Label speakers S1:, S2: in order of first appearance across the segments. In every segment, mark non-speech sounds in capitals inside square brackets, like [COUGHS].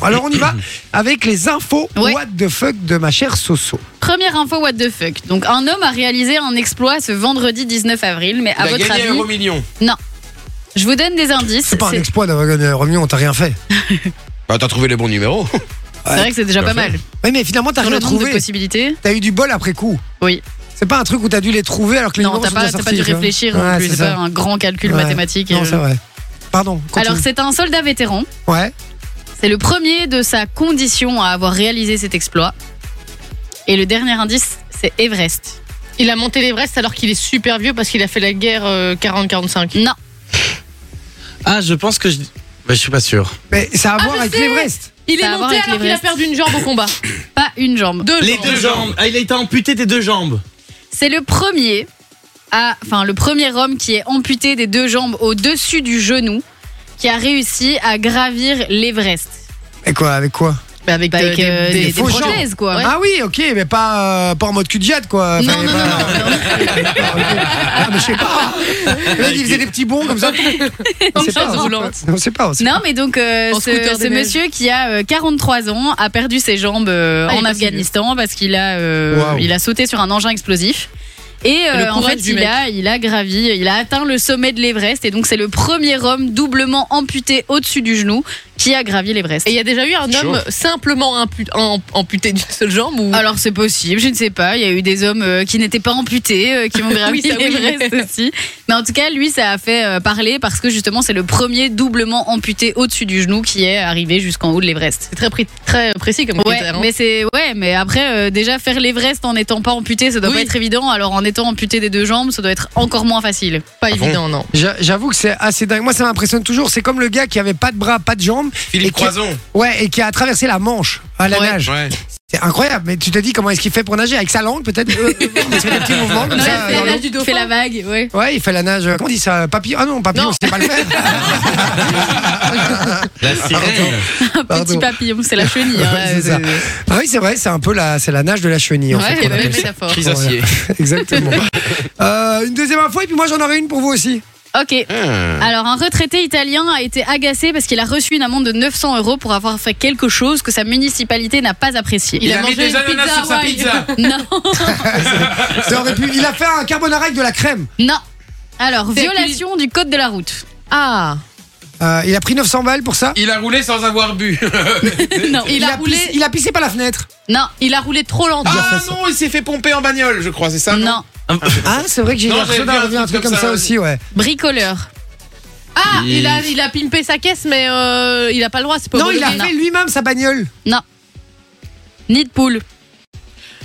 S1: Alors on y va avec les infos
S2: Ouais.
S1: What the fuck de ma chère Soso.
S2: Première info, what the fuck. Donc, un homme a réalisé un exploit ce vendredi 19 avril, mais à
S3: Il a
S2: votre
S3: gagné un
S2: avis.
S3: euro million.
S2: Non. Je vous donne des indices.
S1: C'est pas un
S2: C'est
S1: exploit d'avoir gagné un revenu, on t'a rien fait.
S3: Bah, t'as trouvé les bons numéros.
S2: c'est vrai que c'est déjà
S3: Bien
S2: pas
S3: fait.
S2: mal.
S1: Oui, mais finalement t'as
S2: Sur
S1: rien
S2: le nombre de
S1: trouvé.
S2: possibilités.
S1: T'as eu du bol après coup.
S2: Oui.
S1: C'est pas un truc où t'as dû les trouver alors que les
S2: Non,
S1: numéros
S2: t'as
S1: sont
S2: pas,
S1: déjà
S2: t'as pas
S1: sortis,
S2: dû
S1: tu vois.
S2: réfléchir
S1: hein. Ouais,
S2: non plus.
S1: c'est
S2: C'est
S1: ça.
S2: pas un grand calcul
S1: Ouais.
S2: mathématique.
S1: Non,
S2: euh.
S1: c'est vrai. Pardon.
S2: Alors,
S1: continue.
S2: c'est un soldat vétéran.
S1: ouais.
S2: C'est le premier de sa condition à avoir réalisé cet exploit. Et le dernier indice, c'est Everest.
S4: Il a monté l'Everest alors qu'il est super vieux parce qu'il a fait la guerre euh, 40-45.
S2: Non.
S5: Ah, je pense que je. Bah, je suis pas sûr.
S1: Mais ça a à
S4: Ah,
S1: voir
S4: je
S1: avec
S4: sais.
S1: l'Everest.
S4: Il
S2: Ça a
S4: est
S2: à voir
S4: monté
S2: avec
S4: alors qu'il a
S2: l'Everest.
S4: perdu une jambe au combat.
S2: Pas une jambe.
S4: Deux
S5: Les
S4: jambes.
S5: deux jambes. Ah, il a été amputé des deux jambes.
S2: C'est le premier à, enfin, le premier homme qui est amputé des deux jambes au-dessus du genou qui a réussi à gravir l'Everest.
S1: Et quoi Avec quoi
S4: [LAUGHS] Bah, avec
S2: Bah,
S4: euh,
S2: avec
S4: des-
S2: euh,
S4: des-
S2: des, des
S1: faux jambes.
S2: prothèses, quoi.
S1: Ah oui, ok, mais pas, euh, pas en mode cul de jatte,
S4: Ah,
S1: quoi.
S2: Non,
S4: bah,
S1: Fallait
S2: non,
S1: pas-
S2: non, non, non.
S1: Ah, mais je sais
S2: [LAUGHS]
S1: pas. Le mec, il faisait des petits bonds comme ça. On
S4: Comme
S1: sait
S4: ça,
S1: pas. hein.
S4: roulante.
S1: On sait pas. on sait
S2: Non, mais donc euh,
S4: En
S2: ce,
S4: scooter des
S2: ce
S4: neiges.
S2: monsieur qui a euh, 43 ans a perdu ses jambes euh,
S4: Ah, il est
S2: en
S4: pas si
S2: Afghanistan parce qu'il a euh,
S1: Waouh.
S2: il a sauté sur un engin explosif. Et, euh,
S4: le
S2: en
S4: courage
S2: fait,
S4: du
S2: il
S4: mec.
S2: a, il a gravi, il a atteint le sommet de l'Everest. Et donc, c'est le premier homme doublement amputé au-dessus du genou qui a gravi l'Everest.
S4: Et il y a déjà eu un
S3: Chaud.
S4: homme simplement impu- am- amputé d'une seule jambe ou
S2: Alors, c'est possible, je ne sais pas. Il y a eu des hommes euh, qui n'étaient pas amputés, euh,
S4: [LAUGHS]
S2: qui ont gravi
S4: Oui, ça, oui.
S2: l'Everest aussi. Mais en tout cas, lui, ça a fait euh, parler parce que justement, c'est le premier doublement amputé au-dessus du genou qui est arrivé jusqu'en haut de l'Everest.
S4: C'est très, pré- très précis comme
S2: Ouais,
S4: critère, hein.
S2: mais c'est ouais, mais après euh, déjà faire l'Everest en n'étant pas amputé, ça doit
S4: Oui.
S2: pas être évident. Alors en étant amputé des deux jambes, ça doit être encore moins facile.
S4: pas
S3: Ah bon
S4: évident, non.
S1: J'a- J'avoue que c'est assez dingue. Moi, ça m'impressionne toujours. C'est comme le gars qui avait pas de bras, pas de jambes,
S3: Philippe
S1: Et qui-
S3: Croison.
S1: ouais, et qui a traversé la Manche à la
S2: Ouais.
S1: nage.
S3: Ouais.
S1: C'est incroyable. Mais tu te dis comment est-ce qu'il fait pour nager avec sa langue, peut-être [LAUGHS] euh, euh, Il se fait des petits mouvements comme
S2: Non,
S1: ça.
S2: il fait
S1: dans
S2: la-
S1: l'eau.
S4: nage du
S2: il fait la vague, ouais.
S1: Ouais, il fait la nage. euh, Comment on dit ça Papillon Ah non, papillon,
S4: Non.
S1: c'est
S2: [LAUGHS]
S1: pas le faire.
S5: La
S3: Ah,
S5: sirène.
S1: Pardon.
S2: Petit papillon, c'est la chenille. hein,
S1: Ouais, c'est ça.
S2: euh,
S1: Ah oui, c'est vrai, c'est un peu la, c'est la nage de la chenille en
S2: Ouais,
S1: fait. qu'on
S2: bah oui,
S1: appelle ça.
S2: métaphore.
S3: Chrysacier.
S1: [LAUGHS] Exactement. Euh, une deuxième info, et puis moi j'en aurais une pour vous aussi.
S2: Ok.
S3: Ah.
S2: Alors un retraité italien a été agacé parce qu'il a reçu une amende de 900 euros pour avoir fait quelque chose que sa municipalité n'a pas apprécié.
S3: Il a mis des ananas sur sa
S2: Hawaï.
S3: pizza.
S2: [LAUGHS] Non,
S1: Ça aurait pu- Il a fait un carbonara avec de la crème.
S2: non. Alors
S4: C'est
S2: violation du code de la route.
S4: Ah,
S1: Euh, il a pris 900 balles pour ça.
S3: Il a roulé sans avoir bu.
S2: [LAUGHS] Non,
S4: Il a roulé-
S1: pissé- il a pissé par la fenêtre.
S2: non,
S4: il a roulé trop lent.
S3: [LAUGHS] Ah non, il s'est fait pomper en bagnole, je crois, c'est ça
S2: non.
S1: Ah, c'est vrai que j'ai
S3: Non,
S1: l'impression
S3: j'avais
S1: d'avoir
S3: vu un
S1: vu un truc comme ça, aussi, ouais.
S2: Bricoleur.
S4: Ah,
S5: Il-
S4: il a, il a pimpé sa caisse, mais euh, il a pas le droit, c'est pas
S1: Non, il a
S4: homologué.
S1: fait lui-même sa bagnole.
S2: Nid de poule.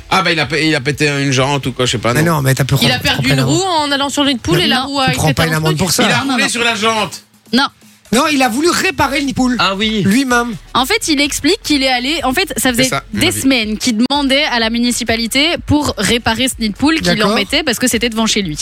S3: Ah bah il a, il a pété une jante ou quoi, je sais pas.
S1: Mais
S3: Non.
S1: Ah non, mais t'as pu
S4: Il a perdu une roue euh, en allant sur une poule et la
S2: Non,
S4: roue
S1: Tu
S4: a
S1: prends
S4: été
S1: pas une amende pour
S3: Il
S1: ça.
S3: a
S2: Non, non,
S3: roulé
S2: non.
S3: sur la jante.
S2: Non.
S1: Non, il a voulu réparer le nipoule.
S5: Ah oui.
S1: Lui-même.
S2: En fait, il explique qu'il est allé. En fait, ça faisait
S3: C'est ça,
S2: des
S3: ma vie.
S2: semaines qu'il demandait à la municipalité pour réparer ce nid de poule qu'il
S1: D'accord.
S2: embêtait parce que c'était devant chez lui.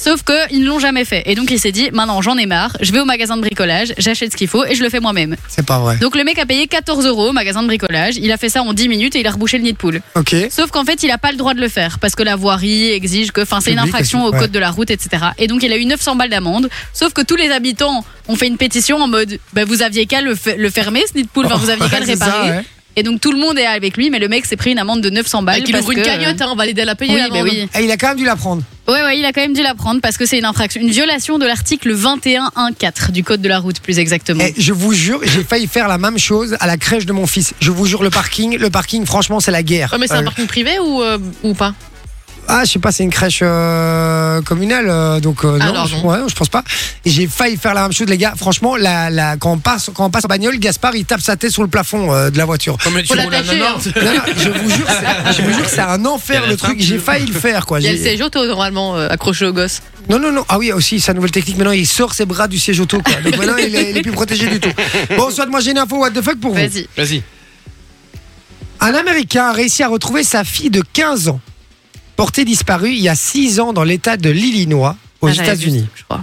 S2: Sauf qu'ils ne l'ont jamais fait. Et donc, il s'est dit maintenant, j'en ai marre, je vais au magasin de bricolage, j'achète ce qu'il faut et je le fais moi-même.
S1: C'est pas vrai.
S2: Donc, le mec a payé 14 euros au magasin de bricolage. Il a fait ça en 10 minutes et il a rebouché le nid de poule.
S1: Ok. Eh,
S2: Sauf qu'en fait, il n'a pas le droit de le faire parce que la voirie exige que. Enfin, c'est une
S1: Public
S2: infraction
S1: aussi,
S2: au
S1: ouais.
S2: code de la route, etc. Et donc, il a eu 900 balles d'amende. Sauf que tous les habitants ont fait une pétition en mode bah, Vous aviez qu'à le, fe- le fermer, ce nid de poule, Enfin, vous aviez qu'à le
S1: C'est ça,
S2: réparer.
S1: ouais.
S2: Et donc, tout le monde est avec lui, mais le mec s'est pris une amende de 900 balles.
S4: Bah, qu'il
S2: parce
S4: ouvre une
S2: que,
S4: cagnotte, hein, on va l'aider à la payer.
S2: Oui,
S4: la
S2: bah
S4: bande.
S2: oui.
S1: Et il a quand même dû la prendre.
S2: Ouais, ouais, il a quand même dû la prendre parce que c'est une infraction, une violation de l'article 21.1.4 du code de la route, plus exactement.
S1: Et Eh, je vous jure, j'ai failli faire la même chose à la crèche de mon fils. Je vous jure, le parking, le parking, franchement, c'est la guerre.
S4: Ouais, mais c'est un
S1: Euh,
S4: parking privé ou, euh, ou pas
S1: Ah, je sais pas, c'est une crèche euh, communale, euh, donc euh, non,
S4: Alors
S1: je,
S4: non.
S1: ouais, je pense pas. Et J'ai failli faire la même chose, les gars. Franchement, la, la, quand, on passe, quand on passe en bagnole, Gaspard, il tape sa tête sur le plafond euh, de la voiture.
S3: Comme tu
S4: Faut
S3: roules à
S4: l'attacher,
S3: 90.
S1: Non, non, je vous jure, c'est- je vous jure, c'est un enfer le truc. J'ai failli le faire, quoi.
S4: Il y a
S1: J'ai-
S4: le siège auto normalement euh, accroché au gosse.
S1: Non, non, non. Ah oui, aussi, sa nouvelle technique. Maintenant, il sort ses bras du siège auto, quoi. Donc maintenant, il est, il est plus protégé du tout. Bon, soit moi, j'ai une info, what the fuck pour vous.
S2: Vas-y.
S3: [LAUGHS] Vas-y.
S1: Un Américain a réussi à retrouver sa fille de 15 ans, portée disparue il y a 6 ans dans l'état de l'Illinois, aux
S4: Ah, j'avais vu
S1: États-Unis.
S4: ce truc, je crois.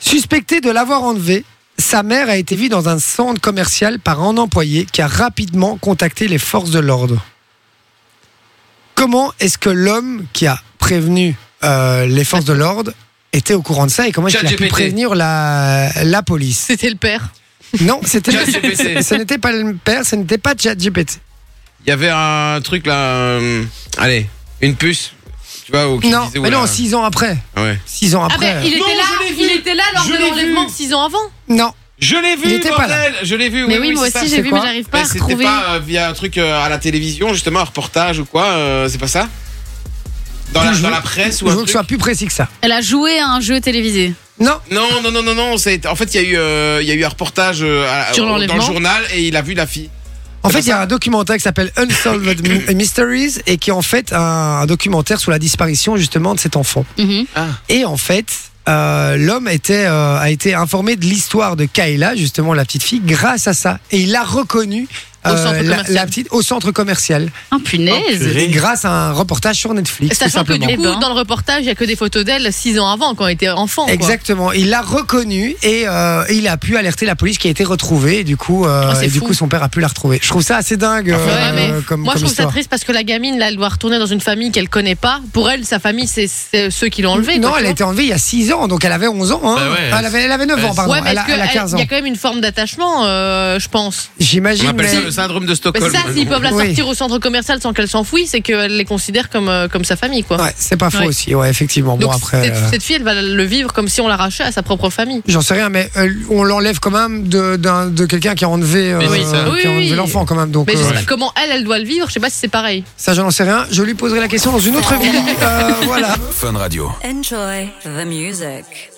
S1: Suspectée de l'avoir enlevée, sa mère a été vue dans un centre commercial par un employé qui a rapidement contacté les forces de l'ordre. Comment est-ce que l'homme qui a prévenu euh, les forces de l'ordre était au courant de ça et comment est-ce qu'il a pu
S3: ChatGPT. [LAUGHS]
S1: prévenir la, la police
S4: C'était le père.
S1: Non, c'était
S3: Chat GPT.
S1: [LAUGHS] ce n'était pas le père, ce n'était pas ChatGPT.
S3: Il y avait un truc là. euh, allez, une puce. Tu vois, ou qui
S1: Non,
S3: disait,
S1: mais
S3: oula.
S1: non, six ans après.
S3: Ah ouais.
S1: Six ans
S4: Ah
S1: après. euh,
S4: ben, il
S3: Non,
S4: était là,
S3: je l'ai vu.
S4: il était là lors
S3: Je
S4: de
S3: l'ai
S4: l'enlèvement
S3: vu.
S4: 6 ans avant.
S1: Non,
S3: Je l'ai
S1: Il
S3: vu,
S1: était pas là.
S3: bordel Je l'ai vu,
S2: Mais oui, moi
S3: c'est
S2: aussi
S3: ça.
S1: c'est
S2: j'ai vu,
S1: quoi
S2: mais j'arrive pas
S3: Mais
S2: à
S3: c'était
S2: retrouver.
S3: pas euh, via un truc euh, à la télévision, justement, un reportage ou quoi euh, C'est pas ça dans la,
S1: Je
S3: dans
S1: veux-
S3: la presse
S1: je
S3: ou un
S1: veux que
S3: truc
S1: ce soit plus précis que ça.
S3: euh,
S2: Elle a joué à un jeu télévisé.
S1: Non,
S3: Non, non, non, non, non. c'est- En fait, il y, a eu, euh, il y a eu un reportage euh, à-
S4: Sur
S3: dans le
S4: l'enlèvement.
S3: journal et il a vu la fille.
S1: En fait, il y a un documentaire qui s'appelle
S4: [COUGHS]
S1: Unsolved M- Mysteries et qui est en fait un, un documentaire sur la disparition justement de cet enfant.
S2: Mhm.
S1: Et en fait, euh, l'homme était, euh, a été informé de l'histoire de Kayla, justement la petite fille, grâce à ça. Et il l'a reconnue
S4: Au centre
S1: la,
S4: commercial.
S1: la petite au centre commercial,
S2: Ah
S5: Oh,
S2: punaise
S5: purée.
S1: Et grâce à un reportage sur Netflix. tout
S4: Sachant que
S1: simplement.
S4: du coup,
S2: Eh ben.
S4: dans le reportage, il y a que des photos d'elle 6 ans avant, quand elle était enfant. quoi.
S1: Exactement, il l'a reconnue et euh, il a pu alerter la police qui a été retrouvée et du coup, euh,
S4: Oh, c'est
S1: et du
S4: fou.
S1: coup son père a pu la retrouver. Je trouve ça assez dingue euh,
S4: Ouais, mais
S1: euh, comme,
S4: Moi, je
S1: comme
S4: trouve ça
S1: histoire.
S4: triste parce que la gamine, là, elle doit retourner dans une famille qu'elle connaît pas. Pour elle, sa famille, c'est c'est ceux qui l'ont enlevée.
S1: Non,
S4: quoi,
S1: elle
S4: tu
S1: a été
S4: vois.
S1: enlevée il y a 6 ans, donc elle avait 11 ans. hein.
S5: Bah ouais,
S1: elle, avait, elle avait 9
S5: ouais,
S1: ans, pardon.
S4: ouais, mais
S1: elle, a,
S4: est-ce que
S1: elle a
S4: elle-
S1: 15
S4: Il y
S1: ans.
S4: a quand même une forme d'attachement, euh, je pense.
S3: On
S1: J'imagine,
S3: appelle
S1: mais
S3: ça le syndrome de
S4: Bah,
S3: Stockholm.
S4: c'est ça, s'ils peuvent la
S1: Oui.
S4: sortir au centre commercial sans qu'elle s'enfouisse, c'est qu'elle les considère comme, euh, comme sa famille, quoi.
S1: ouais, c'est pas faux
S4: Ouais.
S1: aussi. Ouais, effectivement.
S4: Donc
S1: bon, après,
S4: cette,
S1: euh,
S4: cette fille, elle va le vivre comme si on l'arrachait à sa propre famille.
S1: j'en sais rien, mais euh, on l'enlève quand même de, d'un- de quelqu'un qui a enlevé, euh,
S5: Mais oui, ça.
S1: qui a
S4: Oui,
S1: enlevé
S4: oui.
S1: l'enfant quand même. Donc,
S4: Mais je
S1: euh,
S4: sais pas comment elle, elle doit le vivre, je sais pas si c'est pareil.
S1: ça, je n'en sais rien.
S4: [LAUGHS]
S1: Je lui poserai la question dans une autre vie. Euh, voilà.
S6: Enjoy the music.